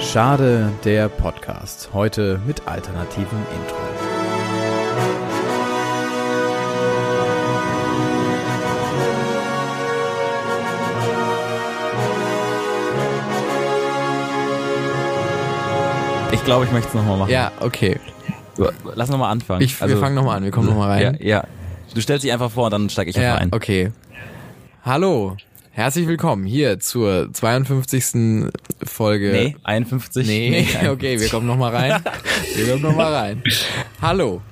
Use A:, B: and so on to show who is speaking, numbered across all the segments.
A: Schade, der Podcast. Heute mit alternativem Intro.
B: Ich glaube, ich möchte es nochmal machen.
C: Ja, okay.
B: Lass nochmal anfangen. Also,
C: Ich, wir fangen nochmal an, wir kommen nochmal rein.
B: Ja, ja. Du stellst dich einfach vor, dann steige ich
C: Ja,
B: einfach ein.
C: okay. Hallo, herzlich willkommen hier zur 52. Folge.
B: Nee, 51?
C: Nee, okay, wir kommen nochmal rein. Wir kommen nochmal rein. Hallo.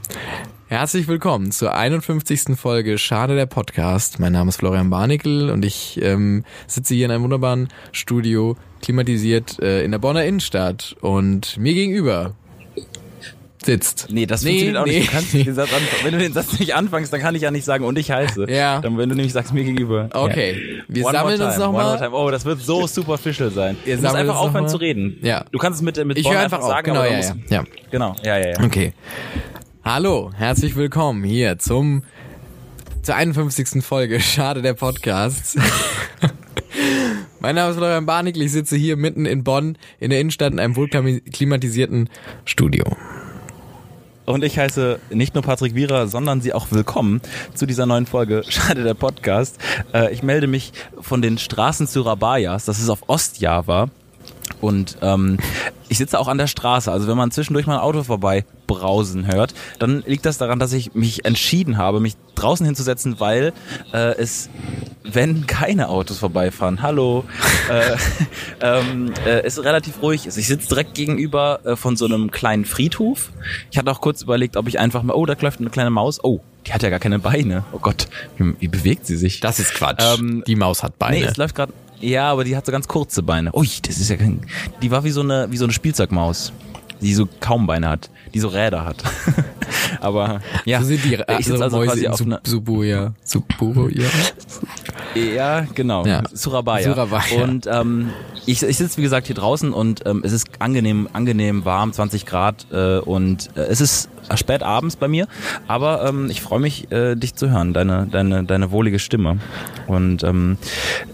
C: Herzlich willkommen zur 51. Folge Schade der Podcast. Mein Name ist Florian Barnickel und ich ähm, sitze hier in einem wunderbaren Studio, klimatisiert äh, in der Bonner Innenstadt. Und mir gegenüber sitzt.
B: Nee, das
C: Nee,
B: funktioniert auch nicht.
C: nee.
B: Du kannst nicht den Satz anfangen. Wenn du den Satz nicht anfängst, dann kann ich ja nicht sagen, und ich heiße.
C: Ja.
B: Dann, wenn du nämlich sagst, mir gegenüber.
C: Okay, wir
B: One more
C: sammeln
B: time,
C: uns
B: one more
C: nochmal.
B: time. Oh, das wird so superficial sein.
C: Wir
B: du musst
C: sammeln
B: einfach
C: uns noch
B: aufhören
C: mal.
B: zu reden.
C: Ja.
B: Du kannst es mit, mit
C: Ich
B: Bonn
C: höre einfach
B: einfach
C: auf.
B: sagen,
C: genau,
B: aber
C: ja,
B: du
C: ja,
B: musst,
C: ja.
B: Genau, ja, ja, ja.
C: Okay. Hallo, herzlich willkommen hier zum zur 51. Folge Schade der Podcasts. mein Name ist Florian Barnickl, ich sitze hier mitten in Bonn in der Innenstadt in einem wohlklimatisierten Studio.
B: Und ich heiße nicht nur Patrick Wierer, sondern Sie auch willkommen zu dieser neuen Folge Schade der Podcast. Äh, Ich melde mich von den Straßen Surabayas, das ist auf Ostjava. Und ähm, ich sitze auch an der Straße. Also wenn man zwischendurch mein Auto vorbei brausen hört, dann liegt das daran, dass ich mich entschieden habe, mich draußen hinzusetzen, weil äh, es, wenn keine Autos vorbeifahren, hallo, äh, ähm, äh, es relativ ruhig ist. Ich sitze direkt gegenüber äh, von so einem kleinen Friedhof. Ich hatte auch kurz überlegt, ob ich einfach mal, oh, da läuft eine kleine Maus. Oh, die hat ja gar keine Beine. Oh Gott, wie, wie bewegt sie sich?
C: Das ist Quatsch.
B: Ähm,
C: Die Maus hat Beine.
B: Nee, es läuft gerade. Ja, aber die hat so ganz kurze Beine. Ui, das ist ja kein. Die war wie so eine, wie so eine Spielzeugmaus, die so kaum Beine hat, die so Räder hat. aber ja,
C: so sind die äh,
B: ich sitze also quasi auf einer.
C: Subuya. Subuya.
B: Ja, genau.
C: Ja.
B: Surabaya.
C: Surabaya.
B: Und ähm, ich, ich sitze wie gesagt hier draußen und ähm, es ist angenehm, angenehm warm, 20 Grad äh, und äh, es ist spät abends bei mir, aber ähm, ich freue mich, äh, dich zu hören, deine, deine, deine wohlige Stimme. Und ähm,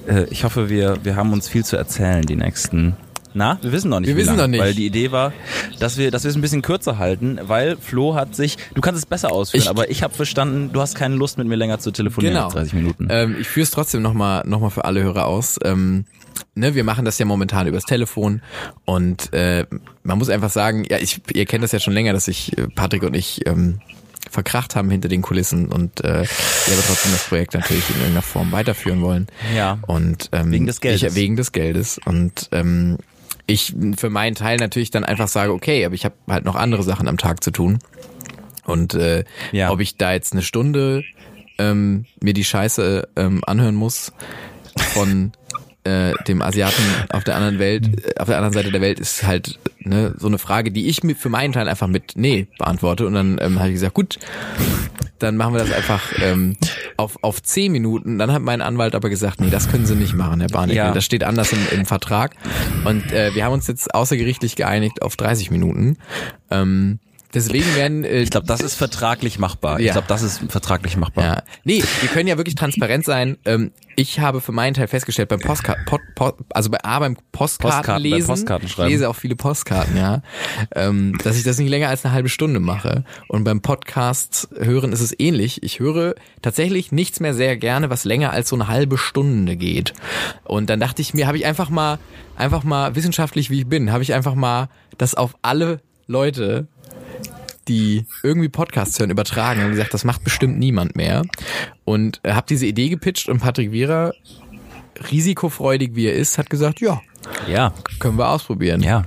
B: äh, ich hoffe, wir, wir haben uns viel zu erzählen die nächsten. Na, wir wissen noch nicht.
C: Wir
B: wie
C: wissen
B: lang,
C: noch nicht.
B: Weil die Idee war, dass wir, dass wir es ein bisschen kürzer halten, weil Flo hat sich, du kannst es besser ausführen,
C: Ich-
B: aber ich habe verstanden, du hast keine Lust mit mir länger zu telefonieren
C: Genau.
B: als 30 Minuten.
C: Ähm, ich führe es trotzdem nochmal noch mal für alle Hörer aus. Ähm, ne, wir machen das ja momentan übers Telefon und äh, man muss einfach sagen, ja, ich, ihr kennt das ja schon länger, dass sich äh, Patrick und ich ähm, verkracht haben hinter den Kulissen und äh, wir aber trotzdem das Projekt natürlich in irgendeiner Form weiterführen wollen.
B: Ja.
C: Und ähm,
B: Wegen des Geldes.
C: Ich, wegen des Geldes. Und ähm, ich für meinen Teil natürlich dann einfach sage, okay, aber ich habe halt noch andere Sachen am Tag zu tun. Und äh,
B: Ja.
C: ob ich da jetzt eine Stunde ähm, mir die Scheiße ähm, anhören muss von äh, dem Asiaten auf der anderen Welt, äh, auf der anderen Seite der Welt, ist halt ne, so eine Frage, die ich mir für meinen Teil einfach mit nee beantworte. Und dann ähm, habe ich gesagt, gut, dann machen wir das einfach ähm, auf, auf 10 Minuten. Dann hat mein Anwalt aber gesagt, nee, das können Sie nicht machen, Herr Barnickel.
B: Ja.
C: Das steht anders im, im Vertrag. Und äh, wir haben uns jetzt außergerichtlich geeinigt auf 30 Minuten. Ähm, deswegen werden... Äh,
B: Ich glaube, das ist vertraglich machbar. Ich
C: Ja.
B: glaube, das ist vertraglich machbar.
C: ja. Nee, wir können ja wirklich transparent sein. Ähm, ich habe für meinen Teil festgestellt, beim Postka Pod, Pod, also bei A beim
B: Postkarten, beim
C: Postkartenlesen,
B: Postkarten
C: ich
B: schreiben.
C: lese auch viele Postkarten, ja, ähm, dass ich das nicht länger als eine halbe Stunde mache. Und beim Podcast hören ist es ähnlich. Ich höre tatsächlich nichts mehr sehr gerne, was länger als so eine halbe Stunde geht. Und dann dachte ich mir, habe ich einfach mal, einfach mal wissenschaftlich wie ich bin, habe ich einfach mal das auf alle Leute die irgendwie Podcasts hören, übertragen und gesagt, das macht bestimmt niemand mehr. Und äh, habe diese Idee gepitcht und Patrick Wierer, risikofreudig wie er ist, hat gesagt, ja,
B: Ja.
C: können wir ausprobieren.
B: ja.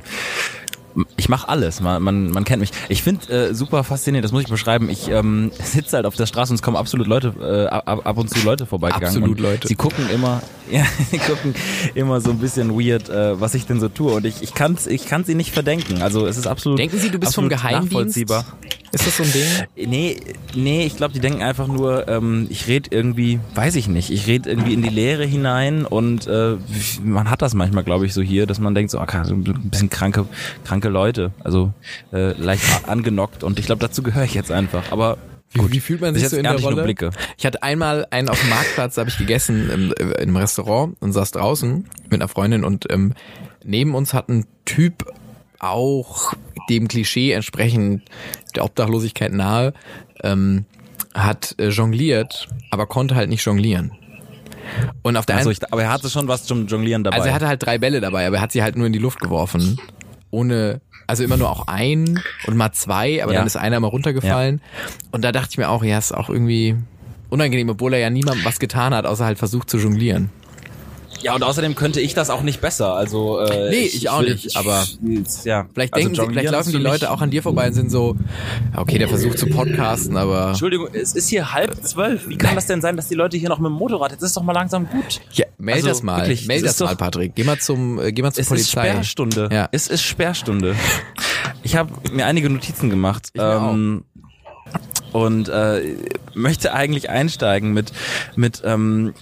B: Ich mache alles, man, man, man kennt mich. Ich finde äh, super faszinierend, das muss ich beschreiben. Ich ähm, sitze halt auf der Straße und es kommen absolut Leute, äh, ab, ab und zu Leute vorbeigegangen.
C: Absolut
B: und
C: Leute.
B: Sie gucken immer, ja, sie gucken immer so ein bisschen weird, äh, was ich denn so tue. Und ich, ich kann es ich kann's ihnen nicht verdenken. Also es ist absolut.
C: Denken Sie, du bist vom
B: absolut
C: Geheimdienst?
B: Nachvollziehbar.
C: Ist das so ein Ding?
B: Nee, nee, ich glaube, die denken einfach nur, ähm, ich rede irgendwie, weiß ich nicht, ich rede irgendwie in die Leere hinein und äh, man hat das manchmal, glaube ich, so hier, dass man denkt, so, okay, so ein bisschen kranke, kranke Leute, also äh, leicht a- angenockt und ich glaube, dazu gehöre ich jetzt einfach. Aber
C: Wie, wie fühlt man sich
B: Bis jetzt
C: so in
B: gar
C: der
B: nicht nur
C: Rolle?
B: Blicke.
C: Ich hatte einmal einen auf dem Marktplatz, da habe ich gegessen im, äh, in einem Restaurant und saß draußen mit einer Freundin und ähm, neben uns hat ein Typ auch dem Klischee entsprechend der Obdachlosigkeit nahe, ähm, hat äh, jongliert, aber konnte halt nicht jonglieren. Und auf der
B: Also
C: einen,
B: ich, aber er hatte schon was zum Jonglieren dabei.
C: also er hatte halt drei Bälle dabei, aber er hat sie halt nur in die Luft geworfen. Ohne, also immer nur auch ein und mal zwei, aber
B: Ja.
C: dann ist einer mal runtergefallen. Und da dachte ich mir auch, ja, ist auch irgendwie unangenehm, obwohl er ja niemandem was getan hat, außer halt versucht zu jonglieren.
B: ja, und außerdem könnte ich das auch nicht besser. Also, äh,
C: Nee, ich auch nicht, aber-
B: ja.
C: Vielleicht
B: Also
C: denken sie,
B: jonglieren
C: vielleicht laufen
B: ist
C: die
B: für mich-
C: Leute auch an dir vorbei und sind so, okay, der versucht zu podcasten, aber
B: Entschuldigung, es ist hier halb zwölf. Wie kann das denn sein, dass die Leute hier noch mit dem Motorrad? Jetzt ist doch mal langsam gut.
C: ja, meld
B: Also,
C: das mal,
B: wirklich,
C: meld
B: es
C: das
B: ist
C: mal,
B: doch-
C: Patrick. Geh mal zum, äh, geh mal zur
B: Es
C: Polizei.
B: ist Sperrstunde.
C: Ja.
B: Es ist Sperrstunde. Ich habe mir einige Notizen gemacht. ähm,
C: mir
B: und äh, möchte eigentlich einsteigen mit, mit ähm,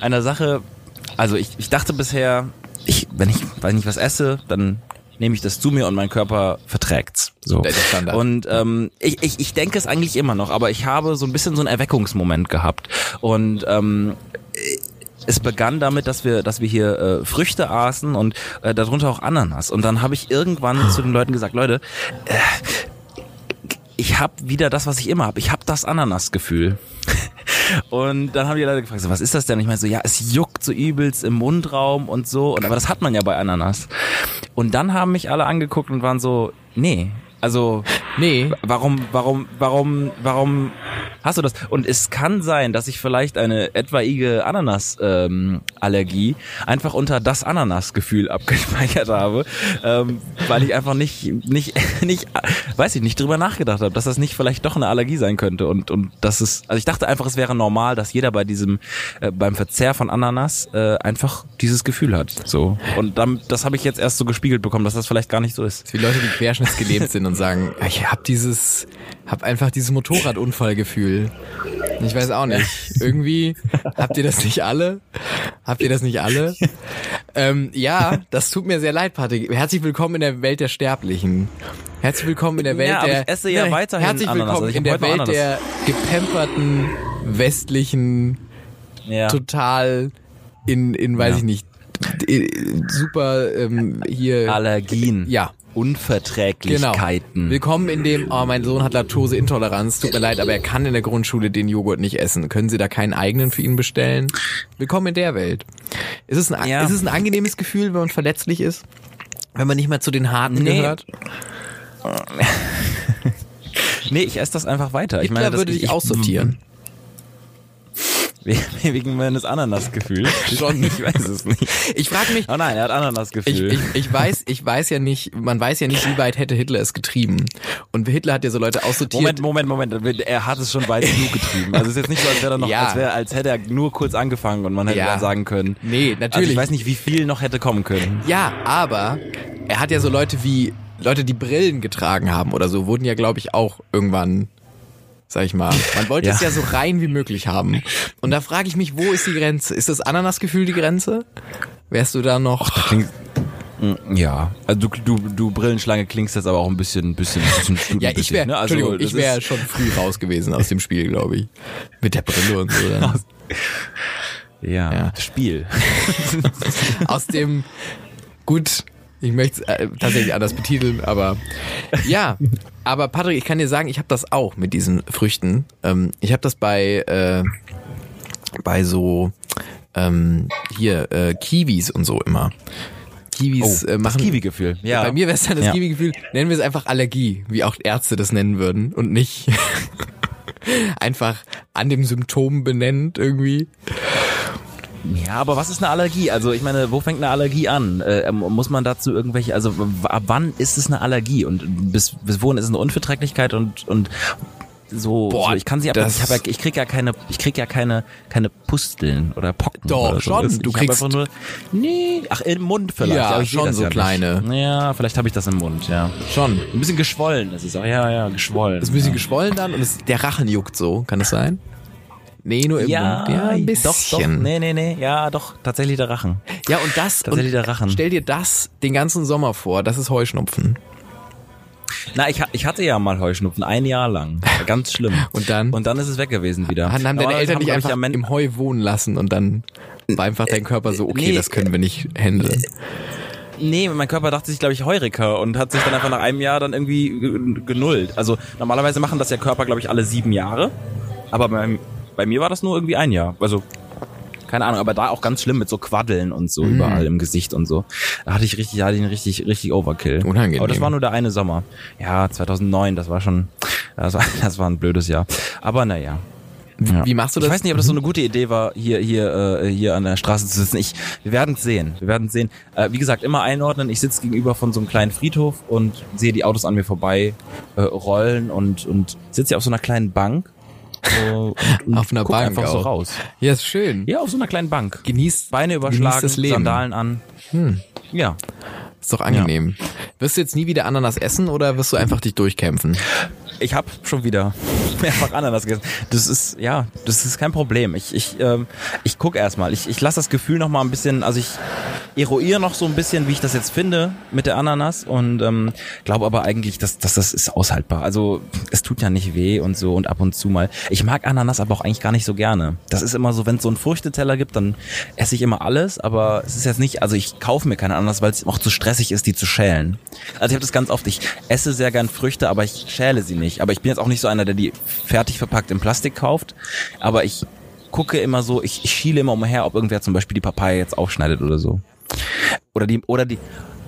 B: einer Sache. Also ich, ich dachte bisher, ich, wenn ich weiß nicht was esse, dann nehme ich das zu mir und mein Körper verträgt's. So.
C: Der- der Standard.
B: Und ähm, ich, ich, ich denke es eigentlich immer noch, aber ich habe so ein bisschen so einen Erweckungsmoment gehabt. Und ähm, es begann damit, dass wir, dass wir hier äh, Früchte aßen und äh, darunter auch Ananas. Und dann habe ich
C: Ah.
B: irgendwann zu den Leuten gesagt, Leute, äh, ich habe wieder das, was ich immer habe. Ich habe das Ananas-Gefühl. Und dann haben die Leute gefragt, so, was ist das denn? Und ich meine so, ja, es juckt so übelst im Mundraum und so. Und aber das hat man ja bei Ananas. Und dann haben mich alle angeguckt und waren so, nee, also
C: Nee,
B: Warum, warum, warum, warum hast du das? Und es kann sein, dass ich vielleicht eine etwaige Ananas-Allergie einfach unter das Ananas-Gefühl abgespeichert habe, ähm, weil ich einfach nicht, nicht, nicht, weiß ich nicht, drüber nachgedacht habe, dass das nicht vielleicht doch eine Allergie sein könnte. Und, und das ist, also ich dachte einfach, es wäre normal, dass jeder bei diesem, äh, beim Verzehr von Ananas äh, einfach dieses Gefühl hat. So. Und dann, das habe ich jetzt erst so gespiegelt bekommen, dass das vielleicht gar nicht so ist.
C: wie Leute, die querschnittsgelähmt sind und sagen, "Ah, ich hab dieses, hab einfach dieses Motorradunfallgefühl. Ich weiß auch nicht. Irgendwie habt ihr das nicht alle? Habt ihr das nicht alle? Ähm, ja, das tut mir sehr leid, Patrick. Herzlich willkommen in der Welt der Sterblichen. Herzlich willkommen in der Welt
B: Ja, aber
C: der.
B: ich esse ja weiterhin
C: Herzlich
B: Ananas.
C: willkommen
B: Also ich
C: in
B: hab
C: der Welt
B: heute noch
C: der gepemperten westlichen
B: Ja.
C: total in, in weiß
B: Ja.
C: ich nicht, in- super ähm, hier.
B: Allergien.
C: Ja. Genau.
B: Unverträglichkeiten.
C: Willkommen in dem, oh, mein Sohn hat Laktoseintoleranz, tut mir leid, aber er kann in der Grundschule den Joghurt nicht essen. Können Sie da keinen eigenen für ihn bestellen? Willkommen in der Welt. Ist es ein,
B: Ja.
C: ist es ein angenehmes Gefühl, wenn man verletzlich ist? Wenn man nicht mehr zu den Harten
B: Nee.
C: gehört?
B: Nee, ich esse das einfach weiter. ich
C: Hitler
B: meine, das,
C: würde
B: ich,
C: dich aussortieren.
B: Ich, wegen meines Ananasgefühls.
C: Schon.
B: Ich weiß es nicht.
C: Ich frage mich,
B: Oh nein, er hat
C: Ich,
B: Ananasgefühl.
C: ich, ich weiß, ich weiß ja nicht, man weiß ja nicht, wie weit hätte Hitler es getrieben. Und Hitler hat ja so Leute aussortiert.
B: Moment, Moment, Moment. Er hat es schon weit genug getrieben. Also es ist jetzt nicht so, als wäre er noch,
C: Ja.
B: als, wäre, als hätte er nur kurz angefangen und man hätte
C: Ja.
B: dann sagen können.
C: Nee,
B: Also
C: natürlich.
B: ich weiß nicht, wie viel noch hätte kommen können.
C: ja, aber er hat ja so Leute wie Leute, die Brillen getragen haben oder so, wurden ja, glaube ich, auch irgendwann, sag ich mal. Man wollte
B: Ja.
C: es ja so rein wie möglich haben. Und da frage ich mich, wo ist die Grenze? Ist das Ananasgefühl die Grenze? Wärst du da noch?
B: Ja. Also du, du, du Brillenschlange klingst jetzt aber auch ein bisschen, bisschen, bisschen
C: Ja, ich wäre,
B: ne? also,
C: Entschuldigung, ich
B: das ist-
C: wäre schon früh raus gewesen aus dem Spiel, glaube ich. Mit der Brille und so. Dann.
B: Ja,
C: Ja.
B: das Spiel.
C: aus dem gut, ich möchte es äh, tatsächlich anders betiteln, aber ja, aber Patrick, ich kann dir sagen, ich habe das auch mit diesen Früchten. Ähm, ich habe das bei äh, bei so ähm, hier äh, Kiwis und so immer. Kiwis äh,
B: Oh, das
C: machen
B: Kiwi-Gefühl. Ja.
C: Bei mir wäre es dann das
B: Ja.
C: Kiwi-Gefühl, nennen wir es einfach Allergie, wie auch Ärzte das nennen würden und nicht einfach an dem Symptom benennt irgendwie.
B: Ja, aber was ist eine Allergie? Also ich meine, wo fängt eine Allergie an? Äh, ähm, muss man dazu irgendwelche, also w- ab wann ist es eine Allergie und bis, bis wohin ist es eine Unverträglichkeit und und so,
C: Boah,
B: so ich kann sie aber
C: das-
B: ich, hab ja, ich krieg ja keine ich krieg ja keine keine Pusteln oder Pocken
C: Doch,
B: oder
C: schon.
B: so.
C: Du
B: ich hab
C: kriegst-
B: einfach nur nee, ach im Mund vielleicht,
C: Ja,
B: aber ich seh
C: schon
B: das
C: so
B: ja
C: kleine.
B: Nicht. Ja, vielleicht habe ich das im Mund, ja.
C: Schon.
B: Ein bisschen geschwollen ist es auch. Ja, ja, geschwollen.
C: Ist ein bisschen
B: ja.
C: geschwollen dann und es, der Rachen juckt so, kann das sein? Nee, nur im
B: Ja,
C: Mund. Ja, ein
B: doch, doch,
C: bisschen.
B: nee, nee, nee, ja, doch, tatsächlich der Rachen.
C: Ja, und das, und
B: Tatsächlich der Rachen.
C: stell dir das den ganzen Sommer vor, das ist Heuschnupfen.
B: Na, ich, ha- ich hatte ja mal Heuschnupfen, ein Jahr lang. War Ganz schlimm.
C: Und dann?
B: Und dann ist es weg gewesen wieder.
C: Haben, haben deine
B: Normalerweise
C: Eltern dich
B: glaub ich,
C: einfach
B: am Ende-
C: im Heu wohnen lassen und dann war einfach dein Körper so, okay,
B: nee.
C: das können wir nicht handeln.
B: nee, mein Körper dachte sich, glaube ich, Heureka und hat sich dann einfach nach einem Jahr dann irgendwie ge- genullt. Also normalerweise machen das ja Körper, glaube ich, alle sieben Jahre. Aber bei, bei mir war das nur irgendwie ein Jahr. Also keine Ahnung, aber da auch ganz schlimm mit so Quaddeln und
C: Mhm.
B: so überall im Gesicht und so. Da hatte ich richtig, da hatte ich einen richtig, richtig Overkill.
C: Unangenehm.
B: Aber das war nur der eine Sommer. Ja, 2009, das war schon, das war, das war ein blödes Jahr. Aber naja. Ja.
C: Wie machst du
B: Ich
C: das?
B: weiß nicht, ob das so eine gute Idee war, hier hier äh, hier an der Straße zu sitzen. Ich, wir werden sehen. Wir werden sehen. Äh, wie gesagt, immer einordnen. Ich sitze gegenüber von so einem kleinen Friedhof und sehe die Autos an mir vorbei äh, rollen und und sitze hier auf so einer kleinen Bank. äh, und, und
C: Auf einer
B: guck
C: Bank
B: einfach so
C: auch.
B: raus.
C: Ja, ist schön.
B: Ja, auf so einer kleinen Bank.
C: Genießt
B: Beine überschlagen,
C: genießt das Leben.
B: Sandalen an. Hm. Ja.
C: Ist doch angenehm. Wirst du jetzt nie wieder Ananas essen oder wirst du einfach dich durchkämpfen?
B: Ich habe schon wieder mehrfach Ananas gegessen. Das ist ja, das ist kein Problem. Ich ich ähm, ich guck erstmal. Ich ich lasse das Gefühl noch mal ein bisschen, also ich eruiere noch so ein bisschen, wie ich das jetzt finde mit der Ananas und ähm, glaube aber eigentlich, dass dass das ist aushaltbar. Also es tut ja nicht weh und so und ab und zu mal. Ich mag Ananas aber auch eigentlich gar nicht so gerne. Das ist immer so, wenn es so einen Früchteteller gibt, dann esse ich immer alles, aber es ist jetzt nicht, also ich kaufe mir keine Ananas, weil es auch zu stressig ist, die zu schälen. Also ich habe das ganz oft, ich esse sehr gern Früchte, aber ich schäle sie nicht. Aber ich bin jetzt auch nicht so einer, der die fertig verpackt im Plastik kauft, aber ich gucke immer so, ich, ich schiele immer umher, ob irgendwer zum Beispiel die Papaya jetzt aufschneidet oder so. Oder die, oder die,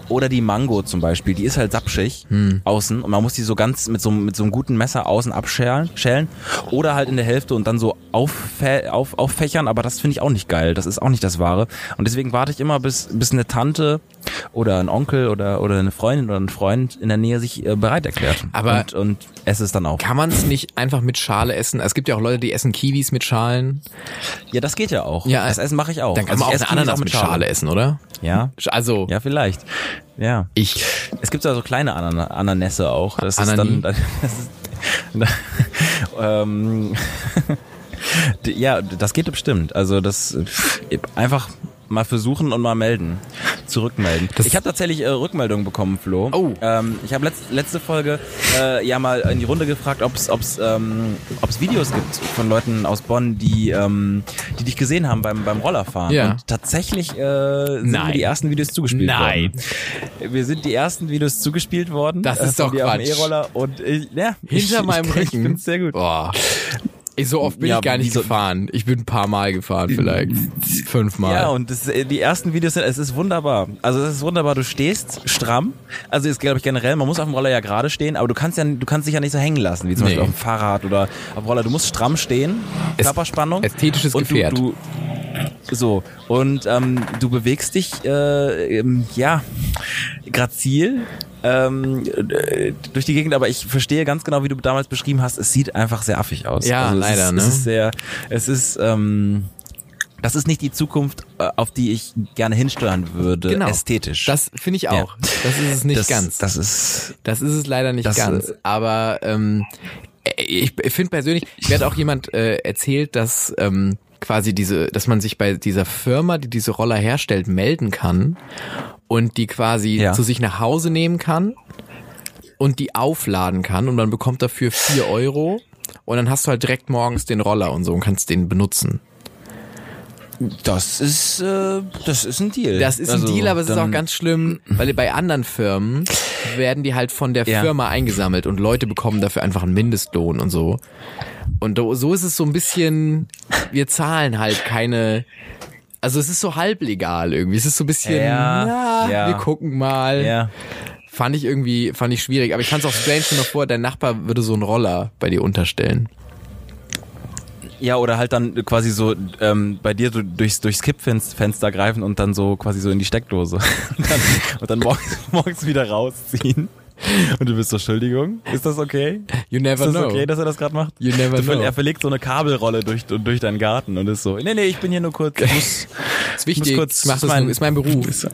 B: oder die Mango zum Beispiel, die ist halt sapschig
C: Hm.
B: außen und man muss die so ganz mit so, einem- mit so einem guten Messer außen abschälen schälen. oder halt in der Hälfte und dann so auffä auf, auffächern, aber das finde ich auch nicht geil, das ist auch nicht das Wahre und deswegen warte ich immer, bis, bis eine Tante oder ein Onkel oder, oder eine Freundin oder ein Freund in der Nähe sich äh, bereit erklärt
C: Aber-
B: und, und esse es dann auch.
C: Kann man es nicht einfach mit Schale essen? Es gibt ja auch Leute, die essen Kiwis mit Schalen.
B: Ja, das geht ja auch.
C: Ja,
B: das Essen mache ich auch.
C: Dann kann
B: Also
C: man
B: ich
C: auch
B: esse
C: eine
B: Kiwis
C: Ananas mit Schale, essen, oder?
B: Ja,
C: Also,
B: ja vielleicht. Ja.
C: ich
B: Es gibt ja so kleine Anan Ananässe auch. Das ist
C: Anani?
B: dann. Das ist, ähm, die- ja, das geht bestimmt. Also das äh, einfach mal versuchen und mal melden, zurückmelden.
C: Das-
B: ich habe tatsächlich äh, Rückmeldungen bekommen, Flo.
C: Oh.
B: Ähm, ich habe letz letzte Folge äh, ja mal in die Runde gefragt, ob es ob's, ähm, ob's Videos gibt von Leuten aus Bonn, die ähm, die dich gesehen haben beim beim Rollerfahren.
C: Ja.
B: Und tatsächlich äh, sind
C: Nein.
B: mir die ersten Videos zugespielt
C: Nein.
B: worden. Wir sind die ersten Videos zugespielt worden. Äh,
C: Das ist
B: von
C: doch
B: dir auf dem
C: Quatsch.
B: E-Roller und ich, ja,
C: hinter
B: ich,
C: meinem
B: ich,
C: Rücken.
B: Ich find's sehr gut.
C: Boah. Ich, so oft bin
B: Ja,
C: ich gar nicht
B: wieso-
C: gefahren. Ich bin ein paar Mal gefahren, vielleicht fünfmal.
B: Ja, und das, äh, die ersten Videos sind, es ist wunderbar. Also es ist wunderbar, du stehst stramm. Also ist, glaube ich, generell, man muss auf dem Roller ja gerade stehen, aber du kannst ja, du kannst dich ja nicht so hängen lassen, wie zum
C: Nee.
B: Beispiel auf dem Fahrrad oder auf dem Roller. Du musst stramm stehen,
C: Es-
B: Körperspannung.
C: ästhetisches
B: und
C: Gefährt.
B: Du, du, so, und ähm, du bewegst dich, äh, ähm, ja, grazil ähm, äh, durch die Gegend, aber ich verstehe ganz genau, wie du damals beschrieben hast, es sieht einfach sehr affig aus.
C: Ja,
B: also es
C: leider,
B: Ist,
C: ne?
B: Es ist sehr, es ist, ähm, das ist nicht die Zukunft, äh, auf die ich gerne hinsteuern würde,
C: Genau.
B: ästhetisch.
C: Das finde ich auch. Das ist es nicht
B: das,
C: ganz.
B: Das ist,
C: Das ist es leider nicht
B: Das,
C: ganz.
B: äh,
C: Aber ähm, ich finde persönlich, mir hat auch jemand äh, erzählt, dass ähm, quasi diese, dass man sich bei dieser Firma, die diese Roller herstellt, melden kann und die quasi
B: Ja.
C: zu sich nach Hause nehmen kann und die aufladen kann und man bekommt dafür vier Euro und dann hast du halt direkt morgens den Roller und so und kannst den benutzen.
B: das ist, äh, das ist ein Deal.
C: Das ist
B: Also,
C: ein Deal, aber es ist
B: dann-
C: auch ganz schlimm, weil bei anderen Firmen werden die halt von der
B: Ja.
C: Firma eingesammelt und Leute bekommen dafür einfach einen Mindestlohn und so. Und do- so ist es so ein bisschen, wir zahlen halt keine, also es ist so halblegal irgendwie. Es ist so ein bisschen,
B: Ja,
C: na,
B: ja.
C: wir gucken mal.
B: Ja.
C: Fand ich irgendwie, fand ich schwierig. Aber ich fand es auch strange, stell dir mal vor, dein Nachbar würde so einen Roller bei dir unterstellen.
B: Ja, oder halt dann quasi so ähm, bei dir so durchs, durchs Kippfenster greifen und dann so quasi so in die Steckdose. Und dann, und dann morgens, morgens wieder rausziehen. Und du bist so, Entschuldigung, ist das okay?
C: You never
B: Ist das
C: know.
B: okay, dass er das gerade macht?
C: You never
B: du, ver-
C: know.
B: Er verlegt so eine Kabelrolle durch, durch deinen Garten und ist so, nee, nee, ich bin hier nur kurz.
C: Ist
B: Ich muss,
C: wichtig,
B: Muss kurz-
C: ich mach das
B: mein-
C: nur, ist mein Beruf.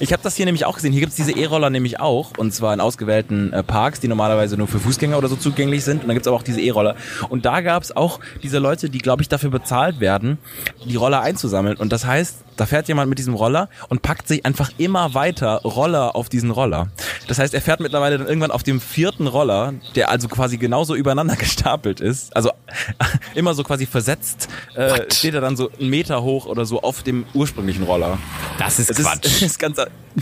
B: ich habe das hier nämlich auch gesehen. Hier gibt's diese E-Roller nämlich auch. Und zwar in ausgewählten äh, Parks, die normalerweise nur für Fußgänger oder so zugänglich sind. Und dann gibt's aber auch diese E-Roller. Und da gab's auch diese Leute, die, glaube ich, dafür bezahlt werden, die Roller einzusammeln. Und das heißt, da fährt jemand mit diesem Roller und packt sich einfach immer weiter Roller auf diesen Roller. Das heißt, er fährt mittlerweile dann irgendwann auf dem vierten Roller, der also quasi genauso übereinander gestapelt ist. Also immer so quasi versetzt, äh, steht er dann so einen Meter hoch oder so auf dem ursprünglichen Roller.
C: Das ist
B: Das ist,
C: Quatsch.
B: das ist ganz,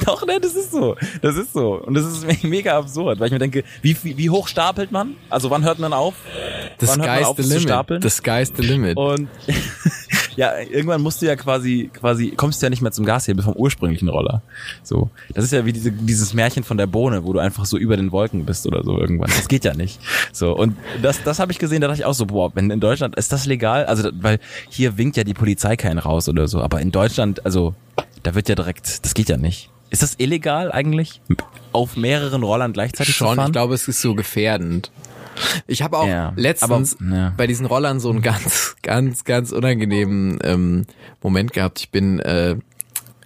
B: doch, ne, das ist so. Das ist so. Und das ist me- mega absurd, weil ich mir denke, wie, wie, wie hoch stapelt man? Also wann hört man auf?
C: The
B: wann hört man
C: sky's
B: auf,
C: the
B: es zu stapeln? Oh,
C: limit. The sky's the limit.
B: Und ja, irgendwann musst du ja quasi, quasi, kommst du ja nicht mehr zum Gashebel vom ursprünglichen Roller. So. Das ist ja wie diese, dieses Märchen von der Bohne, wo du einfach so über den Wolken bist oder so irgendwann. Das geht ja nicht. So. Und das, das habe ich gesehen, da dachte ich auch so, boah, wenn in Deutschland, ist das legal? Also, da- weil hier winkt ja die Polizei keinen raus oder so. Aber in Deutschland, also, da wird ja direkt, das geht ja nicht. Ist das illegal eigentlich? Auf mehreren Rollern gleichzeitig zu
C: Schon,
B: fahren?
C: ich glaube, es ist so gefährdend. Ich habe auch
B: Ja,
C: letztens
B: aber- ja.
C: bei diesen Rollern so einen ganz, ganz, ganz unangenehmen ähm, Moment gehabt. Ich bin, äh,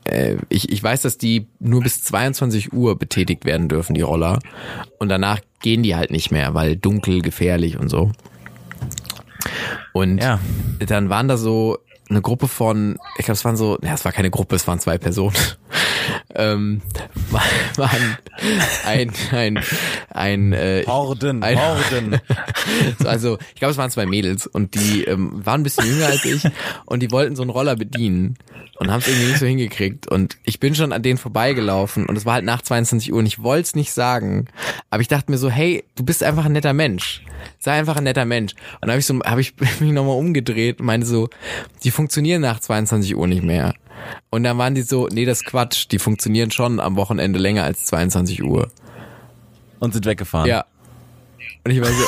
C: äh, ich, ich weiß, dass die nur bis 22 Uhr betätigt werden dürfen, die Roller. Und danach gehen die halt nicht mehr, weil dunkel, gefährlich und so. Und
B: Ja.
C: dann waren da so eine Gruppe von, ich glaube, es waren so, ja, es war keine Gruppe, es waren zwei Personen. ähm, war- waren ein, ein, ein, äh,
B: Horden,
C: ein,
B: Horden.
C: also ich glaube, es waren zwei Mädels und die ähm, waren ein bisschen jünger als ich und die wollten so einen Roller bedienen und haben es irgendwie nicht so hingekriegt. Und ich bin schon an denen vorbeigelaufen und es war halt nach 22 Uhr und ich wollte es nicht sagen, aber ich dachte mir so, hey, du bist einfach ein netter Mensch. Sei einfach ein netter Mensch. Und dann habe ich, so, hab ich mich nochmal umgedreht und meinte so, die funktionieren nach 22 Uhr nicht mehr. Und dann waren die so, nee, das ist Quatsch, die funktionieren schon am Wochenende länger als 22 Uhr.
B: Und sind weggefahren.
C: Ja. Und ich war so.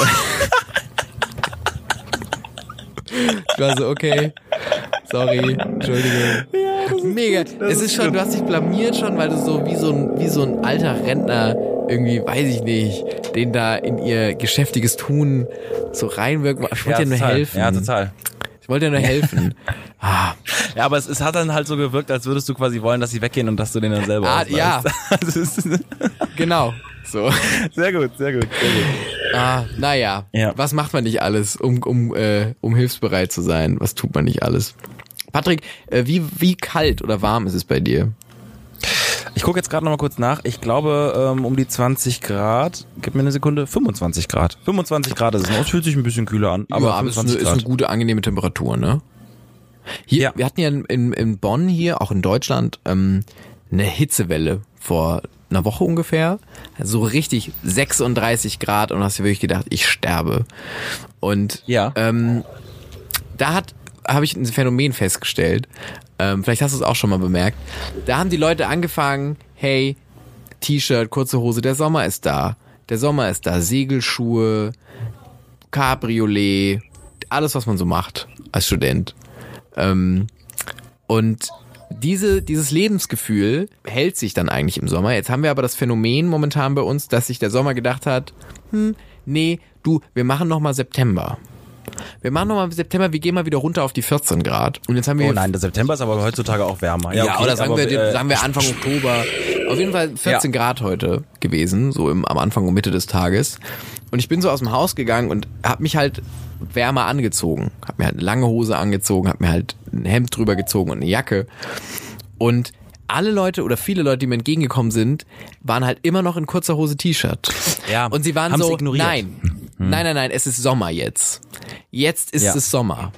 C: ich war so, okay. Sorry, Entschuldigung. Mega. es ist schon, du hast dich blamiert schon, weil du so wie so ein, wie so ein alter Rentner irgendwie, weiß ich nicht, den da in ihr geschäftiges Tun so reinwirken. Ich wollte dir nur
B: total.
C: helfen.
B: Ja, total.
C: Ich wollte dir nur helfen. ah,
B: Ja, aber es, es hat dann halt so gewirkt, als würdest du quasi wollen, dass sie weggehen und dass du den dann selber
C: Ah,
B: ausleihst.
C: ja.
B: Also es ist,
C: genau. So.
B: sehr gut, sehr gut, sehr gut.
C: Ah, naja.
B: Ja.
C: Was macht man nicht alles, um, um, äh, um hilfsbereit zu sein? Was tut man nicht alles? Patrick, äh, wie, wie kalt oder warm ist es bei dir?
B: Ich gucke jetzt gerade nochmal kurz nach. Ich glaube, ähm, um die 20 Grad, gib mir eine Sekunde, 25 Grad. 25 Grad ist es noch. Es fühlt sich ein bisschen kühler an, aber
C: Ja, es ist eine,
B: 25
C: ist eine
B: Grad.
C: gute, angenehme Temperatur, ne? Hier,
B: Ja.
C: Wir hatten ja in, in, in Bonn hier, auch in Deutschland, ähm, eine Hitzewelle vor einer Woche ungefähr. So richtig 36 Grad und hast dir wirklich gedacht, ich sterbe. Und
B: Ja.
C: ähm, da hat habe ich ein Phänomen festgestellt. Ähm, vielleicht hast du es auch schon mal bemerkt. Da haben die Leute angefangen, hey, T-Shirt, kurze Hose, der Sommer ist da. Der Sommer ist da. Segelschuhe, Cabriolet, alles, was man so macht als Student. Ähm, und diese, dieses Lebensgefühl hält sich dann eigentlich im Sommer. Jetzt haben wir aber das Phänomen momentan bei uns, dass sich der Sommer gedacht hat, hm, nee, du, wir machen nochmal September. Wir machen nochmal September, wir gehen mal wieder runter auf die 14 Grad. Und jetzt haben wir
B: Oh nein, der September ist aber heutzutage auch wärmer.
C: ja,
B: okay,
C: oder sagen,
B: aber,
C: wir,
B: äh,
C: sagen wir Anfang Oktober. Auf jeden Fall 14 Grad heute gewesen, so im, am Anfang und Mitte des Tages. Und ich bin so aus dem Haus gegangen und habe mich halt wärmer angezogen. Habe mir halt eine lange Hose angezogen, habe mir halt ein Hemd drüber gezogen und eine Jacke. Und alle Leute oder viele Leute, die mir entgegengekommen sind, waren halt immer noch in kurzer Hose T-Shirt.
B: Ja,
C: Und sie waren
B: haben's
C: so,
B: ignoriert. Hm.
C: nein, nein, nein, nein, es ist Sommer jetzt. Jetzt ist
B: Ja.
C: es Sommer.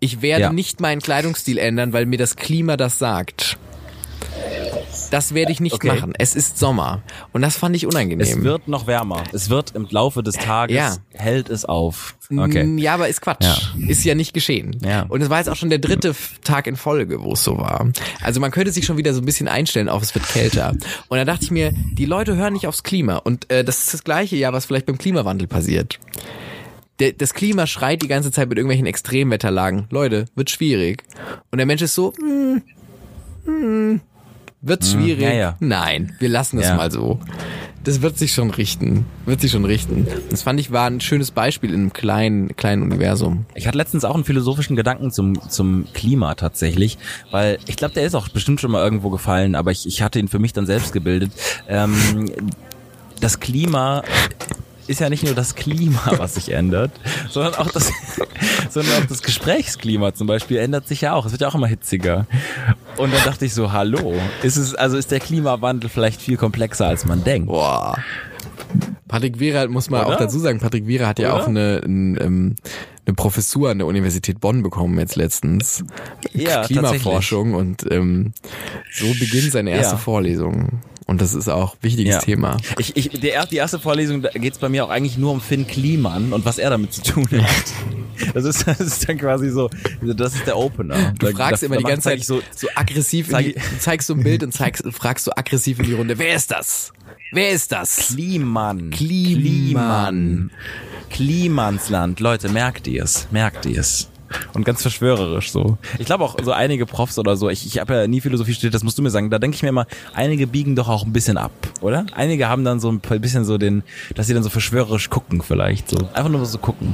C: Ich werde
B: Ja.
C: nicht meinen Kleidungsstil ändern, weil mir das Klima das sagt. Das werde ich nicht
B: Okay.
C: machen. Es ist Sommer. Und das fand ich
B: es
C: unangenehm.
B: wird noch wärmer. Es wird im Laufe des Tages,
C: Ja.
B: hält es auf.
C: Mm,
B: Okay.
C: Ja, aber ist Quatsch.
B: Ja.
C: Ist ja nicht geschehen.
B: Ja.
C: Und es war jetzt auch schon der dritte F- Tag in Folge, wo es so war. Also man könnte sich schon wieder so ein bisschen einstellen auf, es wird kälter. Und da dachte ich mir, die Leute hören nicht aufs Klima. Und äh, das ist das gleiche ja, was vielleicht beim Klimawandel passiert. Der, das Klima schreit die ganze Zeit mit irgendwelchen Extremwetterlagen. Leute, wird schwierig. Und der Mensch ist so, hm, hm, wird schwierig.
B: Mhm. ja, ja.
C: Nein, wir lassen es
B: Ja.
C: mal so. Das wird sich schon richten. Wird sich schon richten. Das fand ich war ein schönes Beispiel in einem kleinen, kleinen Universum.
B: Ich hatte letztens auch einen philosophischen Gedanken zum, zum Klima tatsächlich, weil ich glaube, der ist auch bestimmt schon mal irgendwo gefallen, aber ich, ich hatte ihn für mich dann selbst gebildet. Ähm, das Klima ist ja nicht nur das Klima, was sich ändert, sondern auch das, sondern auch das Gesprächsklima zum Beispiel ändert sich ja auch. Es wird ja auch immer hitziger. Und dann dachte ich so, hallo, ist es, also ist der Klimawandel vielleicht viel komplexer, als man denkt?
C: Boah. Patrick Wehrer muss man
B: Oder?
C: auch dazu sagen, Patrick Wehrer hat ja
B: Oder?
C: auch eine, ein, ähm, eine Professur an der Universität Bonn bekommen jetzt letztens.
B: Ja,
C: Klimaforschung und ähm, so beginnt seine erste
B: Ja.
C: Vorlesung. Und das ist auch wichtiges
B: Ja.
C: Thema.
B: Ich, ich, der, er- die erste Vorlesung, da geht's bei mir auch eigentlich nur um Finn Kliman und was er damit zu tun hat. Das ist, das ist dann quasi so, das ist der Opener.
C: Du fragst immer die ganze Zeit
B: so,
C: so, so aggressiv, in
B: zeig
C: die,
B: ich-
C: du zeigst so ein Bild und zeigst, fragst so aggressiv in die Runde, wer ist das? Wer ist das?
B: Kliman.
C: Kliman.
B: Klimansland. Leute, merkt ihr es, merkt ihr es. Und ganz verschwörerisch so. Ich glaube auch so einige Profs oder so, ich, ich habe ja nie Philosophie studiert, das musst du mir sagen, da denke ich mir immer, einige biegen doch auch ein bisschen ab, oder? Einige haben dann so ein bisschen so den, dass sie dann so verschwörerisch gucken vielleicht, so. Einfach nur so gucken.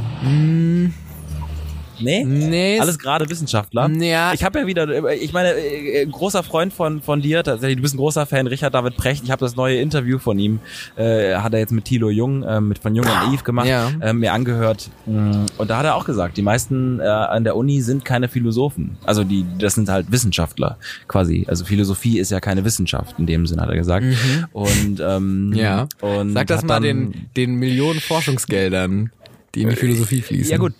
B: Nee?
C: Hm. Nee,
B: Alles gerade Wissenschaftler.
C: Ja.
B: Ich habe ja wieder, ich meine, äh, großer Freund von, von dir, tatsächlich, du bist ein großer Fan, Richard David Precht. Ich habe das neue Interview von ihm, äh, hat er jetzt mit Thilo Jung, äh, mit von Jung und Eve gemacht,
C: Ja.
B: äh, mir angehört. Mm, Und da hat er auch gesagt, die meisten äh, an der Uni sind keine Philosophen. Also die, das sind halt Wissenschaftler quasi. Also Philosophie ist ja keine Wissenschaft in dem Sinne, hat er gesagt. Und ähm,
C: Mhm. Ja.
B: und
C: Sag das
B: hat
C: mal
B: dann-
C: den, den Millionen Forschungsgeldern, die in die Philosophie fließen.
B: Ja gut.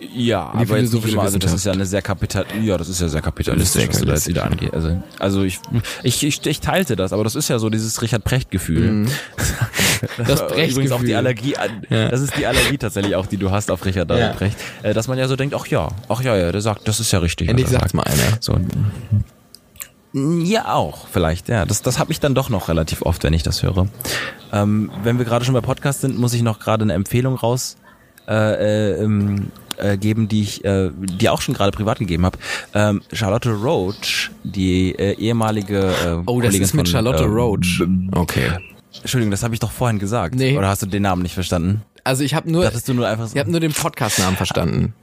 B: Ja,
C: die
B: aber jetzt nicht
C: philosophische
B: immer, also das
C: Wissenschaft.
B: ist ja eine sehr kapital ja, das ist ja sehr kapitalistisch,
C: Das ist sehr
B: was du da jetzt wieder angeht. Also, also ich, ich, ich, ich teilte das, aber das ist ja so dieses Richard Precht Gefühl.
C: Mhm. Das
B: Übrigens auch
C: Precht-Gefühl.
B: die Allergie an, das ist die Allergie tatsächlich auch, die du hast auf Richard David
C: Ja.
B: Precht, äh, dass man ja so denkt, ach ja, ach ja, ja, der sagt, das ist ja richtig.
C: Endlich
B: was er
C: sagt's mal einer.
B: So. Ja, auch vielleicht. Ja, das, das habe ich dann doch noch relativ oft, wenn ich das höre. Ähm, wenn wir gerade schon bei Podcast sind, muss ich noch gerade eine Empfehlung raus äh, äh, ähm, äh, geben, die ich äh, die auch schon gerade privat gegeben habe. Ähm, Charlotte Roach, die äh, ehemalige äh,
C: Oh, das
B: Kollegin
C: ist mit
B: von,
C: Charlotte
B: ähm,
C: Roach. Okay.
B: Entschuldigung, das habe ich doch vorhin gesagt.
C: Nee.
B: Oder hast du den Namen nicht verstanden?
C: Also ich habe nur,
B: Dachtest du nur einfach so?
C: ich hab nur den Podcast-Namen verstanden.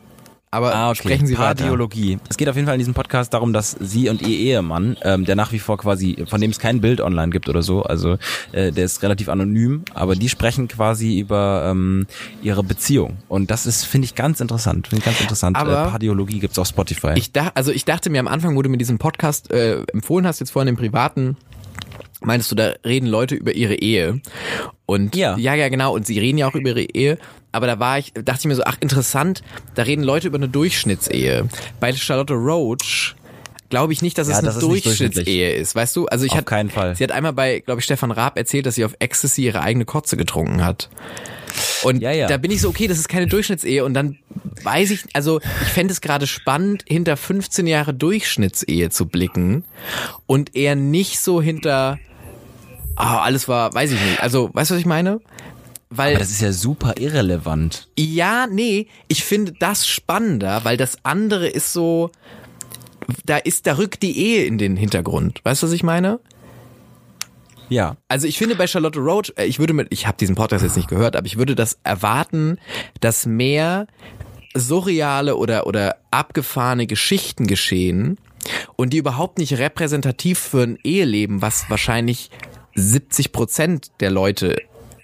C: Aber sprechen Sie weiter.
B: Pardiologie. Ah, Es geht auf jeden Fall in diesem Podcast darum, dass sie und ihr Ehemann, ähm, der nach wie vor quasi, von dem es kein Bild online gibt oder so, also äh, der ist relativ anonym, aber die sprechen quasi über ähm, ihre Beziehung. Und das ist, finde ich, ganz interessant. Finde ich ganz interessant.
C: Aber-
B: äh, Pardiologie gibt's auf Spotify.
C: Ich dachte, also ich dachte mir am Anfang, wo du mir diesen Podcast äh, empfohlen hast, jetzt vorhin im privaten, meintest du, da reden Leute über ihre Ehe. Und
B: Ja.
C: ja, ja, genau. Und sie reden ja auch über ihre Ehe. Aber da war ich, dachte ich mir so, ach interessant, da reden Leute über eine Durchschnittsehe. Bei Charlotte Roach glaube ich nicht, dass
B: Ja,
C: es eine
B: das ist nicht durchschnittlich.
C: Durchschnittsehe ist, weißt du? Also ich
B: Auf
C: hat-
B: keinen Fall.
C: Sie hat einmal bei, glaube ich, Stefan Raab erzählt, dass sie auf Ecstasy ihre eigene Kotze getrunken hat. Und
B: Ja, ja.
C: da bin ich so, okay, das ist keine Durchschnittsehe. Und dann weiß ich, also ich fände es gerade spannend, hinter 15 Jahre Durchschnittsehe zu blicken und eher nicht so hinter, ah, alles war, weiß ich nicht. Also, weißt du, was ich meine? Weil,
B: aber das ist ja super irrelevant.
C: ja, nee, ich finde das spannender, weil das andere ist so, da ist, da rückt die Ehe in den Hintergrund. Weißt du, was ich meine?
B: Ja.
C: Also ich finde bei Charlotte Roach, äh, ich würde mit, ich habe diesen Podcast jetzt nicht gehört, aber ich würde das erwarten, dass mehr surreale oder oder abgefahrene Geschichten geschehen und die überhaupt nicht repräsentativ für ein Eheleben, was wahrscheinlich 70 Prozent der Leute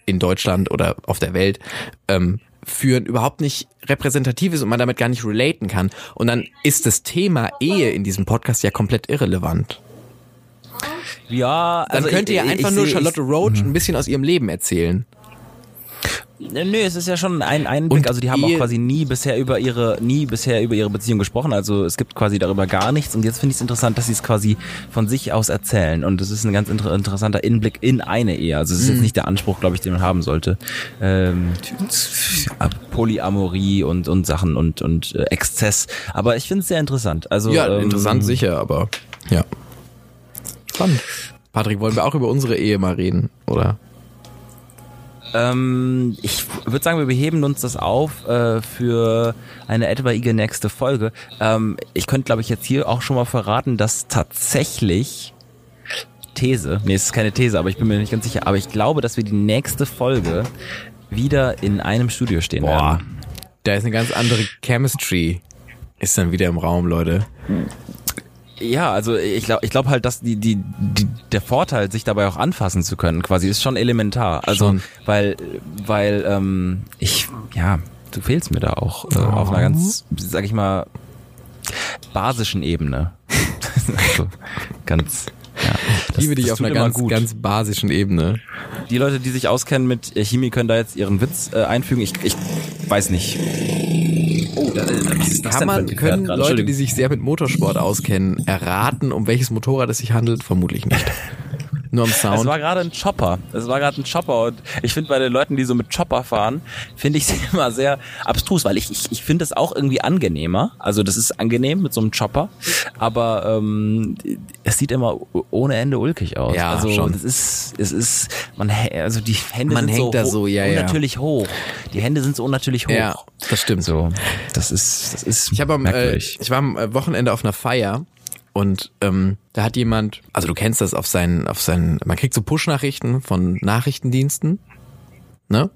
C: in Deutschland oder auf der Welt ähm, führen, überhaupt nicht repräsentativ ist und man damit gar nicht relaten kann. Und dann ist das Thema Ehe in diesem Podcast ja komplett irrelevant.
B: Ja,
C: Dann
B: also
C: könnt
B: ich-
C: ihr
B: ich-
C: einfach
B: ich hm.
C: nur
B: seh- ich-
C: Charlotte Roach ein bisschen aus ihrem Leben erzählen.
B: Äh, Nö, es ist ja schon ein Einblick.
C: Und
B: also die haben
C: ihr-
B: auch quasi nie bisher über ihre nie bisher über ihre Beziehung gesprochen. Also es gibt quasi darüber gar nichts. Und jetzt finde ich es interessant, dass sie es quasi von sich aus erzählen. Und es ist ein ganz inter interessanter Inblick in eine Ehe. Also es ist
C: Mhm.
B: jetzt nicht der Anspruch, glaube ich, den man haben sollte. Ähm, Polyamorie und und Sachen und und äh, Exzess. Aber ich finde es sehr interessant. Also
C: Ja,
B: ähm,
C: interessant sicher, aber ja. Spannend. Patrick, wollen wir auch über unsere Ehe mal reden, oder?
B: Ähm, ich würde sagen, wir beheben uns das auf äh, für eine etwaige nächste Folge. Ähm, ich könnte, glaube ich, jetzt hier auch schon mal verraten, dass tatsächlich These, nee, es ist keine These, aber ich bin mir nicht ganz sicher, aber ich glaube, dass wir die nächste Folge wieder in einem Studio stehen werden.
C: Ähm, Da ist eine ganz andere Chemistry. Ist dann wieder im Raum, Leute.
B: Ja, also ich glaube ich glaub halt, dass die, die, die, der Vorteil, sich dabei auch anfassen zu können, quasi, ist schon elementar. Also,
C: Schon.
B: weil, weil, ähm, ich, ja, du fehlst mir da auch äh, auf einer ganz, sag ich mal, basischen Ebene. also, ganz. Ja, das,
C: Liebe dich
B: das
C: auf
B: tut
C: einer
B: immer
C: ganz,
B: gut.
C: ganz basischen Ebene.
B: Die Leute, die sich äh, auskennen mit Chemie, können da jetzt ihren Witz äh, einfügen. Ich, ich weiß nicht. Oh, Was ist
C: Kann
B: das denn für
C: man,
B: ein Gefährt
C: können
B: gerade?
C: Leute,
B: Entschuldigung.
C: die sich sehr mit Motorsport auskennen, erraten, um welches Motorrad es sich handelt? Vermutlich nicht. Nur am
B: Es
C: Sound.
B: war gerade ein Chopper. Es war gerade ein Chopper. Und ich finde bei den Leuten, die so mit Chopper fahren, finde ich sie immer sehr abstrus, weil ich, ich, ich finde das auch irgendwie angenehmer. Also das ist angenehm mit so einem Chopper. Aber ähm, es sieht immer ohne Ende ulkig aus.
C: Ja,
B: also
C: schon.
B: es ist, es ist, man, hä- also die Hände
C: Man
B: sind so,
C: hängt da
B: ho-
C: so, ja, ja.
B: unnatürlich hoch. Die Hände sind so unnatürlich hoch.
C: Ja, das stimmt.
B: So, das ist, das ist
C: Ich habe am, äh,
B: merkwürdig.
C: ich war am äh, Wochenende auf einer Feier und ähm, da hat jemand, also du kennst das auf seinen, auf seinen, man kriegt so Push-Nachrichten von Nachrichtendiensten, ne?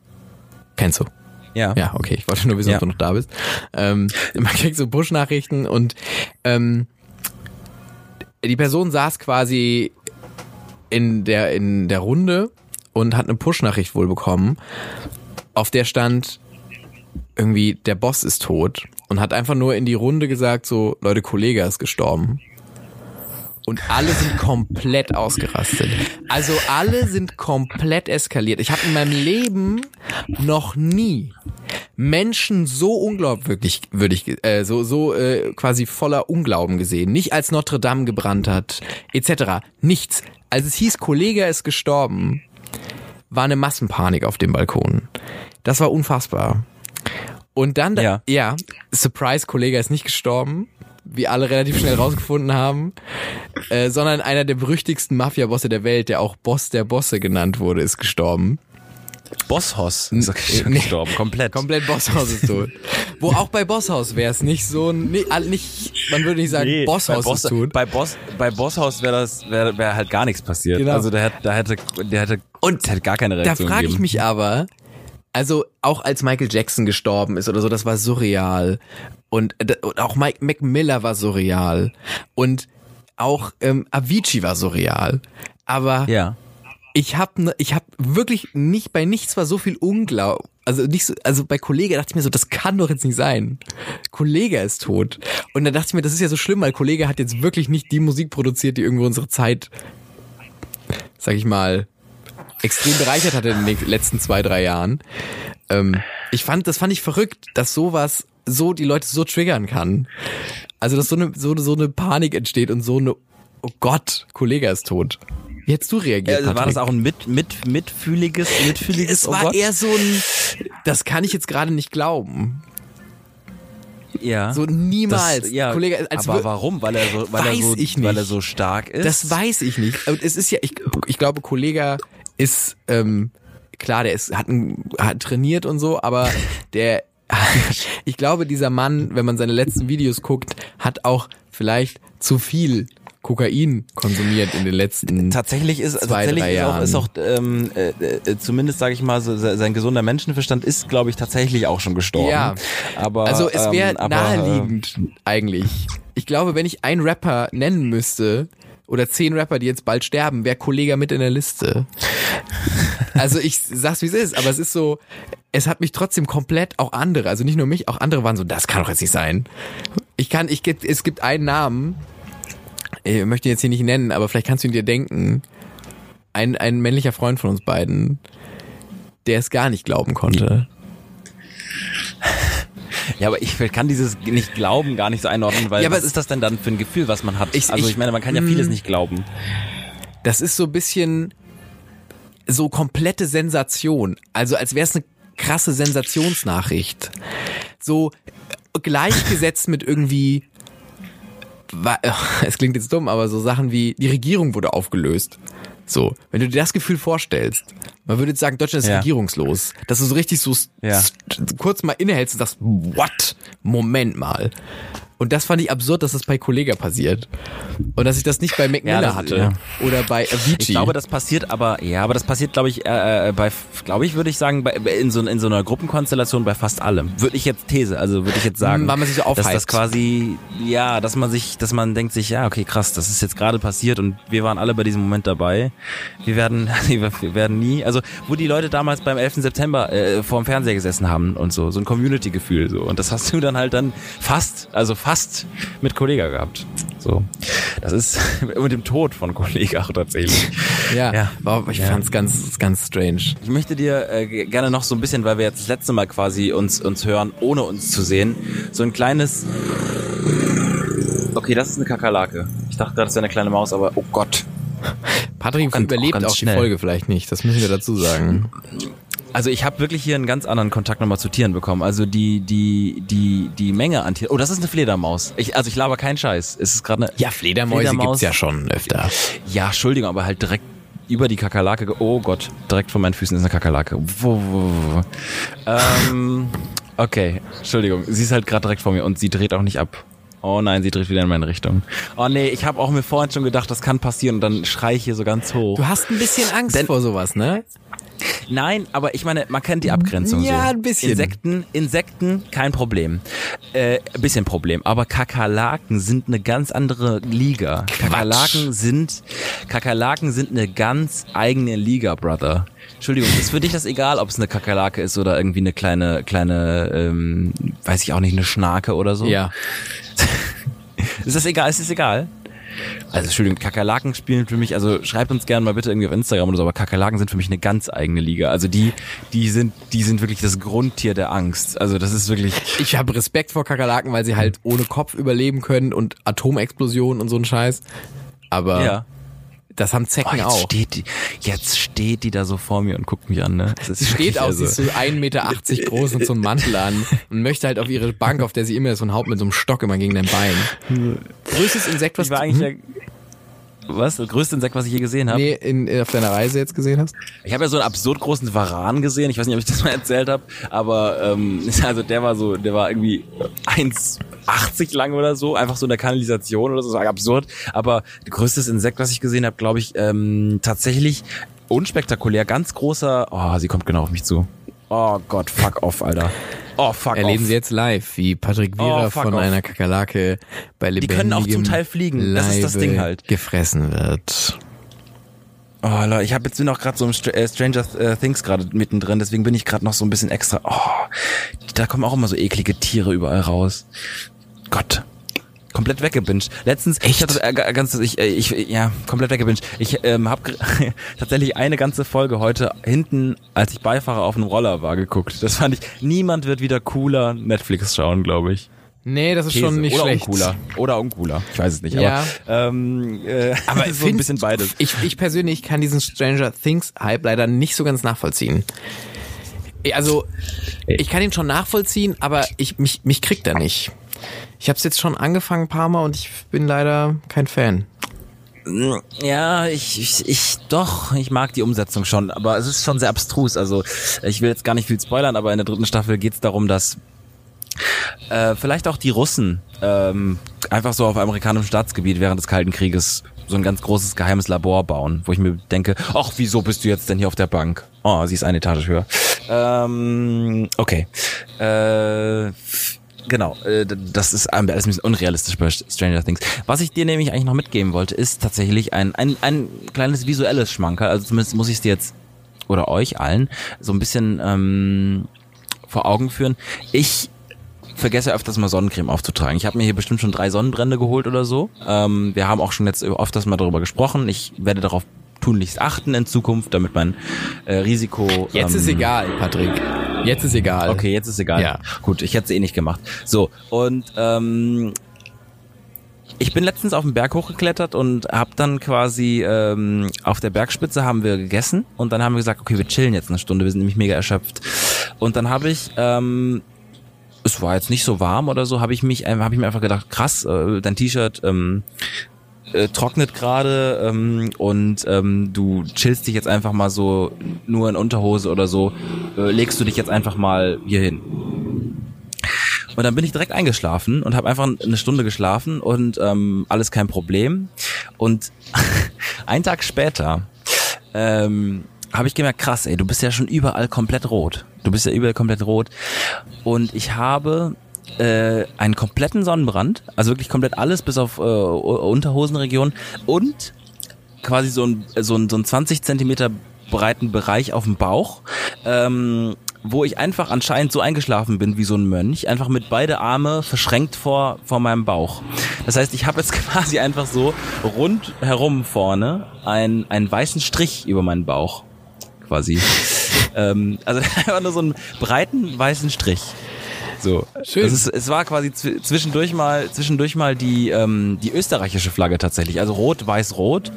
C: Kennst du? Ja, okay. Ich wollte nur wissen,
B: Ja.
C: ob du noch da bist. Ähm, man kriegt so Push-Nachrichten und ähm, die Person saß quasi in der, in der Runde und hat eine Push-Nachricht wohl bekommen, auf der stand irgendwie, der Boss ist tot und hat einfach nur in die Runde gesagt, so, Leute, Kollege ist gestorben. Und alle sind komplett ausgerastet. Also alle sind komplett eskaliert. Ich habe in meinem Leben noch nie Menschen so unglaubwürdig, würdig, äh, so so äh, quasi voller Unglauben gesehen. Nicht als Notre Dame gebrannt hat, etc. Nichts. Als es hieß, Kollege ist gestorben, war eine Massenpanik auf dem Balkon. Das war unfassbar. Und dann, da, ja.
B: Ja.
C: Surprise, Kollege ist nicht gestorben, wie alle relativ schnell rausgefunden haben, äh, sondern einer der berüchtigsten Mafiabosse der Welt, der auch Boss der Bosse genannt wurde, ist gestorben.
B: Bosshoss ist
C: Nee.
B: gestorben, komplett.
C: Komplett Bosshaus ist tot. Wo auch bei Bosshaus wäre es nicht so, ein- nee, all- nicht, man würde nicht sagen,
B: Nee,
C: Bosshaus
B: bei
C: ist tot.
B: Bei, Boss, bei Bosshaus wäre das wäre wär halt gar nichts passiert.
C: Genau.
B: Also da hätte da hätte der hätte und hätte gar keine
C: Da
B: Reaktion
C: frage ich
B: gegeben.
C: mich aber, also auch als Michael Jackson gestorben ist oder so, das war surreal. Und, äh, und auch Mike Mac Miller war surreal. Und auch ähm, Avicii war surreal. Aber
B: Ja.
C: ich habe ne, ich hab wirklich nicht bei nichts war so viel Unglaub. Also nicht so, also bei Kollege dachte ich mir so, das kann doch jetzt nicht sein. Kollege ist tot. Und dann dachte ich mir, das ist ja so schlimm, weil Kollege hat jetzt wirklich nicht die Musik produziert, die irgendwo unsere Zeit, sag ich mal, extrem bereichert hat in den nächsten- letzten zwei, drei Jahren. Ähm, ich fand, das fand ich verrückt, dass sowas so die Leute so triggern kann. Also, dass so eine, so, so eine Panik entsteht und so eine, oh Gott, Kollege ist tot. Wie hättest du reagiert?
B: Also war
C: Patrick?
B: das auch ein mit, mit, mitfühliges, mitfühliges
C: Es
B: oh
C: war
B: Gott?
C: eher so ein, das kann ich jetzt gerade nicht glauben.
B: ja.
C: So niemals.
B: Das, ja,
C: Kollege, als wür-
B: aber warum? Weil er so, weil er
C: Weiß
B: so,
C: ich
B: weil
C: nicht.
B: er so stark ist.
C: Das weiß ich nicht. Und es ist ja, ich, ich glaube, Kollege ist, ähm, klar, der ist, hat, ein, hat trainiert und so, aber der, ich glaube, dieser Mann, wenn man seine letzten Videos guckt, hat auch vielleicht zu viel Kokain konsumiert in den letzten.
B: Tatsächlich ist, also
C: Zwei,
B: tatsächlich
C: drei
B: ist auch,
C: Jahren.
B: ist auch ähm, äh, äh, zumindest sage ich mal, so, se- sein gesunder Menschenverstand ist, glaube ich, tatsächlich auch schon gestorben.
C: Ja.
B: aber
C: Also es wäre
B: ähm, aber,
C: naheliegend eigentlich. Ich glaube, wenn ich einen Rapper nennen müsste oder zehn Rapper, die jetzt bald sterben, wäre Kollega mit in der Liste. Also ich sag's wie es ist, aber es ist so, es hat mich trotzdem komplett auch andere, also nicht nur mich, auch andere waren so, das kann doch jetzt nicht sein. Ich kann, ich gibt, es gibt einen Namen, ich möchte ihn jetzt hier nicht nennen, aber vielleicht kannst du ihn dir denken. Ein, ein männlicher Freund von uns beiden, der es gar nicht glauben konnte.
B: Äh, ja, aber ich kann dieses nicht glauben gar nicht so einordnen, weil
C: Ja, aber
B: was
C: es-
B: ist das denn dann für ein Gefühl, was man hat?
C: Ich-
B: also
C: ich-
B: ich, meine, man kann ja vieles nicht glauben.
C: das ist so ein bisschen so komplette Sensation. Also als wäre es eine krasse Sensationsnachricht. So äh, gleichgesetzt mit irgendwie. wa- äh, Es klingt jetzt dumm, aber so Sachen wie die Regierung wurde aufgelöst. So, wenn du dir das Gefühl vorstellst, man würde jetzt sagen, Deutschland ist
B: Ja.
C: regierungslos, dass du so richtig so s-
B: Ja.
C: s- kurz mal innehältst und sagst, what? Moment mal. Und das fand ich absurd, dass das bei Kollega passiert. Und dass ich das nicht bei Mac
B: Ja,
C: Miller
B: das-
C: hatte.
B: ja.
C: Oder bei Avicii.
B: Ich glaube, das passiert aber, ja, aber das passiert, glaube ich, äh, äh, bei, glaube ich, würde ich sagen, bei, in, so, in so einer Gruppenkonstellation bei fast allem. Würde ich jetzt These, also würde ich jetzt sagen,
C: Mm, weil man sich so
B: dass das
C: aufhypt.
B: quasi, ja, dass man sich, dass man denkt sich, ja, okay, krass, das ist jetzt gerade passiert und wir waren alle bei diesem Moment dabei. Wir werden, wir werden nie, also wo die Leute damals beim 11. September äh, vor dem Fernseher gesessen haben und so, so ein Community-Gefühl so. Und das hast du dann halt dann fast, also fast mit Kollega gehabt. So. Das ist mit dem Tod von Kollege auch tatsächlich.
C: Ja,
B: Ja.
C: aber ich
B: Ja.
C: fand's ganz, ganz strange.
B: Ich möchte dir äh, g- gerne noch so ein bisschen, weil wir jetzt das letzte Mal quasi uns, uns hören, ohne uns zu sehen, so ein kleines. Okay, das ist eine Kakerlake. Ich dachte gerade, das wäre eine kleine Maus, aber oh Gott.
C: Patrick
B: ganz- auch
C: überlebt
B: ganz
C: auch die
B: schnell.
C: Folge vielleicht nicht, das müssen wir dazu sagen.
B: Also ich habe wirklich hier einen ganz anderen Kontakt nochmal zu Tieren bekommen. Also die, die, die, die Menge an Tieren. Oh, das ist eine Fledermaus. Ich, also ich laber keinen Scheiß. Es ist gerade eine.
C: Ja, Fledermäuse
B: Fledermaus.
C: gibt's ja schon öfter.
B: Ja, Entschuldigung, aber halt direkt über die Kakerlake. ge- Oh Gott, direkt vor meinen Füßen ist eine Kakerlake. Wuh, wuh, wuh. Ähm, okay, Entschuldigung. Sie ist halt gerade direkt vor mir und sie dreht auch nicht ab. Oh nein, sie dreht wieder in meine Richtung. Oh nee, ich habe auch mir vorhin schon gedacht, das kann passieren und dann schrei ich hier so ganz hoch.
C: Du hast ein bisschen Angst
B: Denn-
C: vor sowas, ne?
B: Nein, aber ich meine, man kennt die Abgrenzung so.
C: Ja, ein bisschen.
B: Insekten, Insekten, kein Problem. Äh, ein bisschen Problem. Aber Kakerlaken sind eine ganz andere Liga. Kakerlaken sind, Kakerlaken sind eine ganz eigene Liga, Brother. Entschuldigung, ist für dich das egal, ob es eine Kakerlake ist oder irgendwie eine kleine, kleine, ähm, weiß ich auch nicht, eine Schnake oder so?
C: Ja.
B: Ist das egal? Ist das egal? Also Entschuldigung, Kakerlaken spielen für mich, also schreibt uns gerne mal bitte irgendwie auf Instagram oder so, aber Kakerlaken sind für mich eine ganz eigene Liga. Also die, die sind, die sind wirklich das Grundtier der Angst. Also das ist wirklich.
C: Ich habe Respekt vor Kakerlaken, weil sie halt ohne Kopf überleben können und Atomexplosionen und so ein Scheiß. Aber
B: Ja.
C: das haben
B: äh, Oh,
C: Zecken
B: jetzt
C: auch.
B: steht die, jetzt steht die da so vor mir und guckt mich an, ne? Das ist
C: Sie steht
B: wirklich,
C: auch, sie
B: also-
C: ist so 1,80 Meter groß und so einen Mantel an und möchte halt auf ihre Bank, auf der sie immer ist und haut mit so einem Stock immer gegen dein Bein. Größtes Insekt, was
B: Ich war
C: du
B: eigentlich der, Hm? was? Das größte Insekt, was ich je gesehen habe?
C: nee, in, in, auf deiner Reise jetzt gesehen hast?
B: Ich habe ja so einen absurd großen Varan gesehen. Ich weiß nicht, ob ich das mal erzählt habe, aber ähm, also der war so, der war irgendwie 1,80 lang oder so, einfach so in der Kanalisation oder so, so absurd. Aber größtes Insekt, was ich gesehen habe, glaube ich, ähm, tatsächlich unspektakulär, ganz großer. Oh, sie kommt genau auf mich zu. Oh Gott, fuck off, Alter. Oh fuck
C: Erleben
B: off.
C: sie jetzt live, wie Patrick Wierer
B: Oh, fuck
C: von
B: off.
C: einer Kakerlake bei lebendigem
B: können auch zum Teil fliegen. Das ist das
C: Leibe
B: Ding halt.
C: gefressen wird.
B: Oh Leute, ich habe jetzt bin auch gerade so im Str äh, Stranger äh, Things gerade mittendrin, deswegen bin ich gerade noch so ein bisschen extra. Oh, da kommen auch immer so eklige Tiere überall raus. Gott. Komplett weggebinged. Letztens, ich hatte äh, ga- ganz, ich, äh, ich, ja, komplett weggebinged. Ich ähm, habe tatsächlich eine ganze Folge heute hinten, als ich Beifahrer auf einem Roller war, geguckt. Das fand ich, niemand wird wieder cooler Netflix schauen, glaube ich.
C: Nee, das ist
B: These.
C: schon nicht
B: Oder
C: schlecht.
B: uncooler. Oder uncooler. Ich weiß es nicht,
C: Ja.
B: aber, ähm, äh, aber so ein
C: Findest
B: bisschen
C: du-
B: beides.
C: Ich, ich persönlich kann diesen Stranger Things Hype leider nicht so ganz nachvollziehen. Also, ich kann ihn schon nachvollziehen, aber ich, mich, mich kriegt er nicht. Ich habe es jetzt schon angefangen ein paar Mal und ich bin leider kein Fan.
B: Ja, ich, ich, ich doch, ich mag die Umsetzung schon, aber es ist schon sehr abstrus. Also ich will jetzt gar nicht viel spoilern, aber in der dritten Staffel geht's darum, dass äh, vielleicht auch die Russen ähm, einfach so auf amerikanischem Staatsgebiet während des Kalten Krieges so ein ganz großes geheimes Labor bauen, wo ich mir denke, ach, wieso bist du jetzt denn hier auf der Bank? Oh, sie ist eine Etage höher. Ähm, okay. Äh, genau, äh, d- das ist alles ein bisschen unrealistisch bei Stranger Things. Was ich dir nämlich eigentlich noch mitgeben wollte, ist tatsächlich ein, ein, ein kleines visuelles Schmankerl. Also zumindest muss ich es dir jetzt oder euch allen so ein bisschen ähm, vor Augen führen. Ich vergesse öfters mal Sonnencreme aufzutragen. Ich habe mir hier bestimmt schon drei Sonnenbrände geholt oder so. Ähm, wir haben auch schon jetzt öfters mal darüber gesprochen. Ich werde darauf tunlichst achten in Zukunft, damit mein äh, Risiko.
C: Jetzt ist
B: ähm,
C: egal, Patrick. Jetzt ist egal.
B: Okay, jetzt ist egal.
C: Ja.
B: Gut, ich hätte es eh nicht gemacht. So, und ähm, ich bin letztens auf den Berg hochgeklettert und habe dann quasi ähm, auf der Bergspitze haben wir gegessen und dann haben wir gesagt, okay, wir chillen jetzt eine Stunde, wir sind nämlich mega erschöpft. Und dann habe ich ähm, es war jetzt nicht so warm oder so, habe ich mich einfach- habe ich mir einfach gedacht, krass, äh, dein T-Shirt ähm, äh, trocknet gerade ähm, und ähm, du chillst dich jetzt einfach mal so nur in Unterhose oder so, äh, legst du dich jetzt einfach mal hier hin. Und dann bin ich direkt eingeschlafen und habe einfach eine Stunde geschlafen und ähm, alles kein Problem. Und einen Tag später ähm, habe ich gemerkt, krass, ey, du bist ja schon überall komplett rot. Du bist ja überall komplett rot. Und ich habe äh, einen kompletten Sonnenbrand, also wirklich komplett alles bis auf äh, U- Unterhosenregion und quasi so ein, so ein, so ein 20 Zentimeter breiten Bereich auf dem Bauch, ähm, wo ich einfach anscheinend so eingeschlafen bin wie so ein Mönch, einfach mit beide Arme verschränkt vor, vor meinem Bauch. Das heißt, ich habe jetzt quasi einfach so rund herum vorne einen, einen weißen Strich über meinen Bauch. Quasi. ähm, also einfach nur so einen breiten weißen Strich. So.
C: Schön.
B: Das ist, es war quasi zw- zwischendurch mal, zwischendurch mal die, ähm, die österreichische Flagge tatsächlich. Also rot, weiß, rot.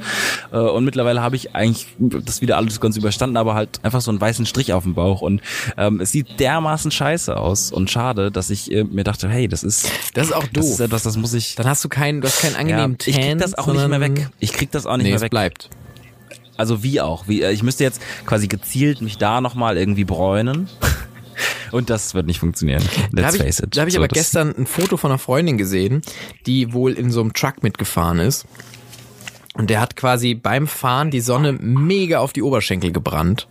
B: Äh, und mittlerweile habe ich eigentlich das wieder alles ganz überstanden, aber halt einfach so einen weißen Strich auf dem Bauch. Und ähm, es sieht dermaßen scheiße aus und schade, dass ich äh, mir dachte, hey, das ist,
C: Das ist auch
B: das
C: doof.
B: ist etwas, das muss ich.
C: Dann hast du keinen, du hast keinen
B: Ja,
C: angenehmen
B: ich
C: Tan,
B: krieg das auch nicht mehr
C: sondern-
B: weg. Ich krieg das auch nicht
C: Nee,
B: mehr
C: es
B: weg.
C: bleibt.
B: Also wie auch? Wie, äh, ich müsste jetzt quasi gezielt mich da nochmal irgendwie bräunen. Und das wird nicht funktionieren.
C: Da
B: Let's
C: habe ich,
B: face it.
C: da hab ich
B: So,
C: aber
B: das-
C: gestern ein Foto von einer Freundin gesehen, die wohl in so einem Truck mitgefahren ist. Und der hat quasi beim Fahren die Sonne mega auf die Oberschenkel gebrannt.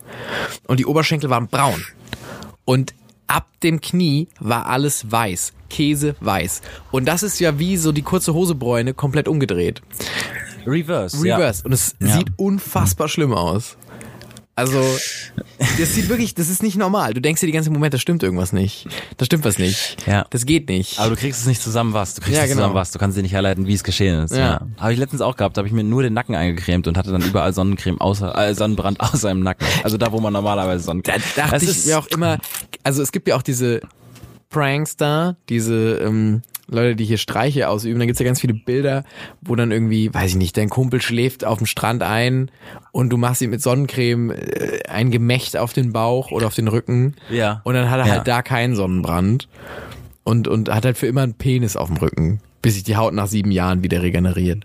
C: Und die Oberschenkel waren braun. Und ab dem Knie war alles weiß. Käse weiß. Und das ist ja wie so die kurze Hose Bräune komplett umgedreht.
B: Reverse.
C: Reverse. Und es
B: Ja.
C: sieht unfassbar schlimm aus. Also, das sieht wirklich, das ist nicht normal. Du denkst dir die ganze Zeit, Moment, da stimmt irgendwas nicht. Da stimmt was nicht.
B: Ja.
C: Das geht nicht.
B: Ja. Aber du kriegst es nicht zusammen, was. Du kriegst
C: Ja,
B: es zusammen,
C: genau.
B: was. Du kannst dir nicht herleiten, wie es geschehen ist.
C: Ja.
B: Habe ich letztens auch gehabt. Da habe ich mir nur den Nacken eingecremt und hatte dann überall Sonnencreme außer, äh, Sonnenbrand außer im Nacken. Also da, wo man normalerweise
C: da
B: Sonnencreme
C: dachte
B: Es
C: ich
B: ist-
C: mir auch immer, also es gibt ja auch diese Prankster, diese ähm, Leute, die hier Streiche ausüben, da gibt's ja ganz viele Bilder, wo dann irgendwie, weiß ich nicht, dein Kumpel schläft auf dem Strand ein und du machst ihm mit Sonnencreme äh, ein Gemächt auf den Bauch oder auf den Rücken
B: Ja.
C: und dann hat er
B: Ja.
C: halt da keinen Sonnenbrand und, und hat halt für immer einen Penis auf dem Rücken, bis sich die Haut nach sieben Jahren wieder regeneriert.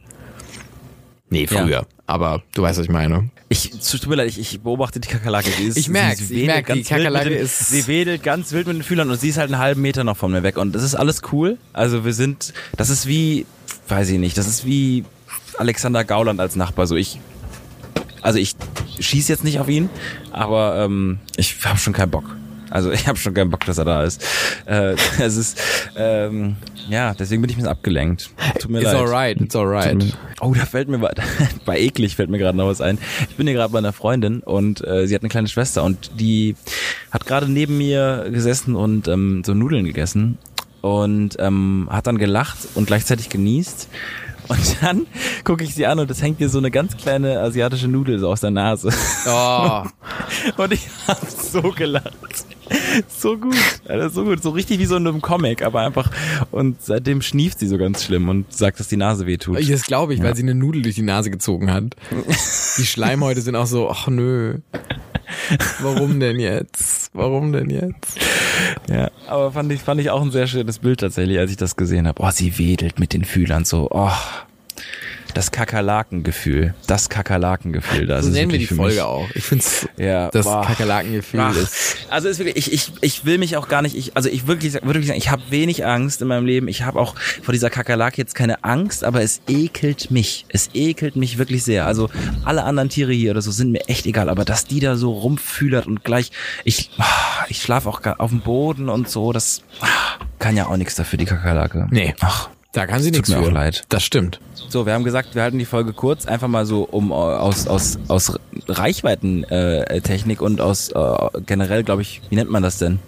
C: Nee,
B: Ja.
C: früher. Aber du weißt, was ich meine.
B: Ich, tut mir leid, ich, ich beobachte die Kakerlake. Sie ist,
C: Ich merk's,
B: sie
C: ich
B: wedelt
C: merk, die
B: ganz wild mit
C: Kakerlake
B: den,
C: ist-
B: Sie wedelt ganz wild mit den Fühlern und sie ist halt einen halben Meter noch von mir weg. Und das ist alles cool. Also wir sind, das ist wie, weiß ich nicht, das ist wie Alexander Gauland als Nachbar. So ich, also ich schieß jetzt nicht auf ihn, aber ähm, ich habe schon keinen Bock. Also ich habe schon keinen Bock, dass er da ist. Äh, es ist, ähm, ja, deswegen bin ich mir abgelenkt. Tut mir
C: It's
B: leid.
C: alright, it's alright.
B: Oh, da fällt mir wa- bei eklig fällt mir gerade noch was ein. Ich bin hier gerade bei einer Freundin und äh, sie hat eine kleine Schwester und die hat gerade neben mir gesessen und ähm, so Nudeln gegessen und ähm, hat dann gelacht und gleichzeitig genießt. Und dann gucke ich sie an und es hängt ihr so eine ganz kleine asiatische Nudel so aus der Nase.
C: Oh.
B: Und ich habe so gelacht. So gut. Alter, so gut. So richtig wie so in einem Comic, aber einfach. Und seitdem schnieft sie so ganz schlimm und sagt, dass die Nase wehtut.
C: Ich- Das glaube ich, weil sie eine Nudel durch die Nase gezogen hat. Die Schleimhäute sind auch so, ach nö. Warum denn jetzt? Warum denn jetzt?
B: Ja, aber fand ich, fand ich auch ein sehr schönes Bild tatsächlich, als ich das gesehen habe. Oh, sie wedelt mit den Fühlern so. Oh, das Kakerlakengefühl. Das Kakerlakengefühl. Das
C: So
B: ist
C: Also nennen wir die
B: wirklich für mich-
C: Folge auch. Ich find's,
B: Ja,
C: das
B: boah.
C: Kakerlakengefühl
B: Ach,
C: ist.
B: Also ist wirklich, ich, ich, ich will mich auch gar nicht, ich, also ich wirklich, würde wirklich sagen, ich habe wenig Angst in meinem Leben. Ich habe auch vor dieser Kakerlake jetzt keine Angst, aber es ekelt mich. Es ekelt mich wirklich sehr. Also alle anderen Tiere hier oder so sind mir echt egal, aber dass die da so rumfühlert und gleich, ich, ah, ich schlafe auch gar auf dem Boden und so, das ah, kann ja auch nichts dafür, die Kakerlake.
C: Nee.
B: Ach.
C: Da kann sie
B: Tut
C: nichts
B: mir auch
C: für.
B: leid.
C: Das stimmt.
B: So, wir haben gesagt, wir halten die Folge kurz, einfach mal so um äh, aus aus aus Reichweitentechnik äh, Technik und aus äh, generell, glaube ich, wie nennt man das denn?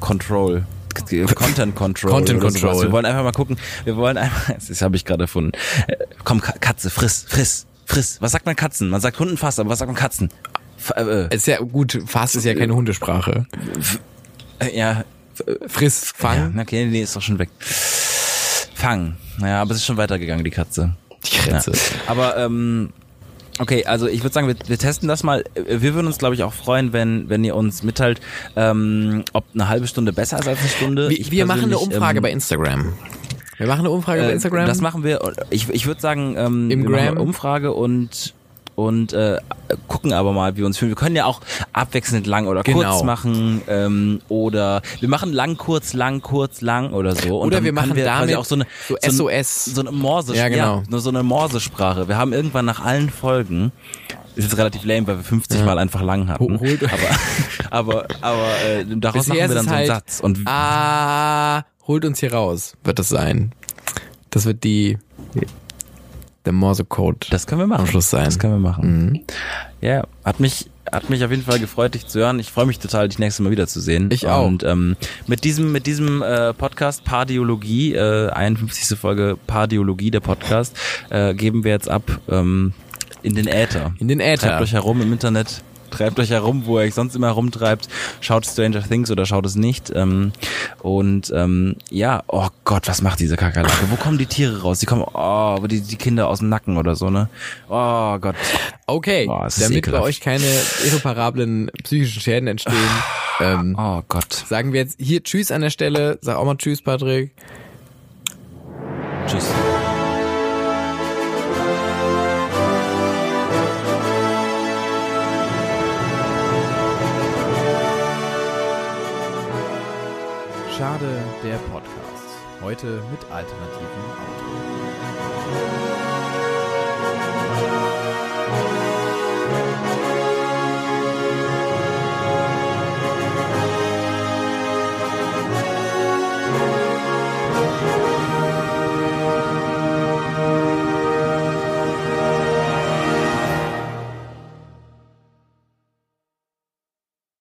B: Control. K- Content Control.
C: Content
B: oder sowas.
C: Control.
B: Wir wollen einfach mal gucken. Wir wollen einfach. Das habe ich gerade erfunden. Äh, komm, Ka- Katze, friss, friss, friss. Was sagt man Katzen? Man sagt Hunden fast, aber was sagt man Katzen? F äh,
C: Es ist ja gut, fast ist ja keine Hundesprache.
B: äh, ja,
C: Friss,
B: ja,
C: fang.
B: na, okay, nee, ist doch schon weg. Fangen. Naja, aber es ist schon weitergegangen, die Katze.
C: Die Grenze.
B: Aber ähm, okay, also ich würde sagen, wir, wir testen das mal. Äh, Wir würden uns, glaube ich, auch freuen, wenn, wenn ihr uns mitteilt, ähm, ob eine halbe Stunde besser ist als eine Stunde.
C: Wir,
B: Ich
C: wir machen eine
B: persönlich,
C: Umfrage
B: ähm,
C: bei Instagram. Wir machen eine Umfrage bei
B: äh,
C: Instagram.
B: Das machen wir. Ich, ich würde sagen, ähm,
C: Im
B: wir machen
C: Gram.
B: eine Umfrage und und äh, gucken aber mal, wie wir uns fühlen. Wir können ja auch abwechselnd lang oder
C: Genau.
B: kurz machen ähm, oder wir machen lang, kurz, lang, kurz, lang oder so. Und
C: Oder
B: dann
C: wir machen
B: können wir quasi
C: damit
B: auch so eine
C: so
B: so ein-
C: SOS.
B: so eine Morse,
C: Ja, genau.
B: nur so eine Morsesprache. Wir haben irgendwann nach allen Folgen ist jetzt relativ lame, weil wir 50 Mal einfach lang hatten.
C: Ho- holt-
B: aber aber, aber äh, daraus
C: Bisher
B: machen
C: ist
B: wir dann
C: es
B: so einen
C: halt,
B: Satz. Und
C: Ah, holt uns hier raus, wird das sein. Das wird die der Morse Code
B: das können wir machen.
C: am Schluss sein. Mhm.
B: Das können wir machen. Ja, hat mich hat mich auf jeden Fall gefreut, dich zu hören. Ich freue mich total, dich nächstes Mal wiederzusehen.
C: Ich auch.
B: Und ähm, mit diesem, mit diesem äh, Podcast Pardiologie, äh, 51. Folge Pardiologie, der Podcast, äh, geben wir jetzt ab ähm, in den Äther.
C: In den Äther.
B: Treibt euch herum im Internet. Treibt euch herum, wo ihr euch sonst immer herumtreibt. Schaut Stranger Things oder schaut es nicht. Ähm, und ähm, ja, oh Gott, was macht diese Kakerlake? Wo kommen die Tiere raus? Die kommen, oh, die, die Kinder aus dem Nacken oder so, ne? Oh Gott.
C: Okay,
B: Boah, es ist
C: damit bei
B: ekelhaft.
C: euch keine irreparablen psychischen Schäden entstehen, ähm,
B: Oh Gott.
C: sagen wir jetzt hier Tschüss an der Stelle. Sag auch mal Tschüss, Patrick.
B: Tschüss.
A: Schade, der Podcast. Heute mit alternativem Auto.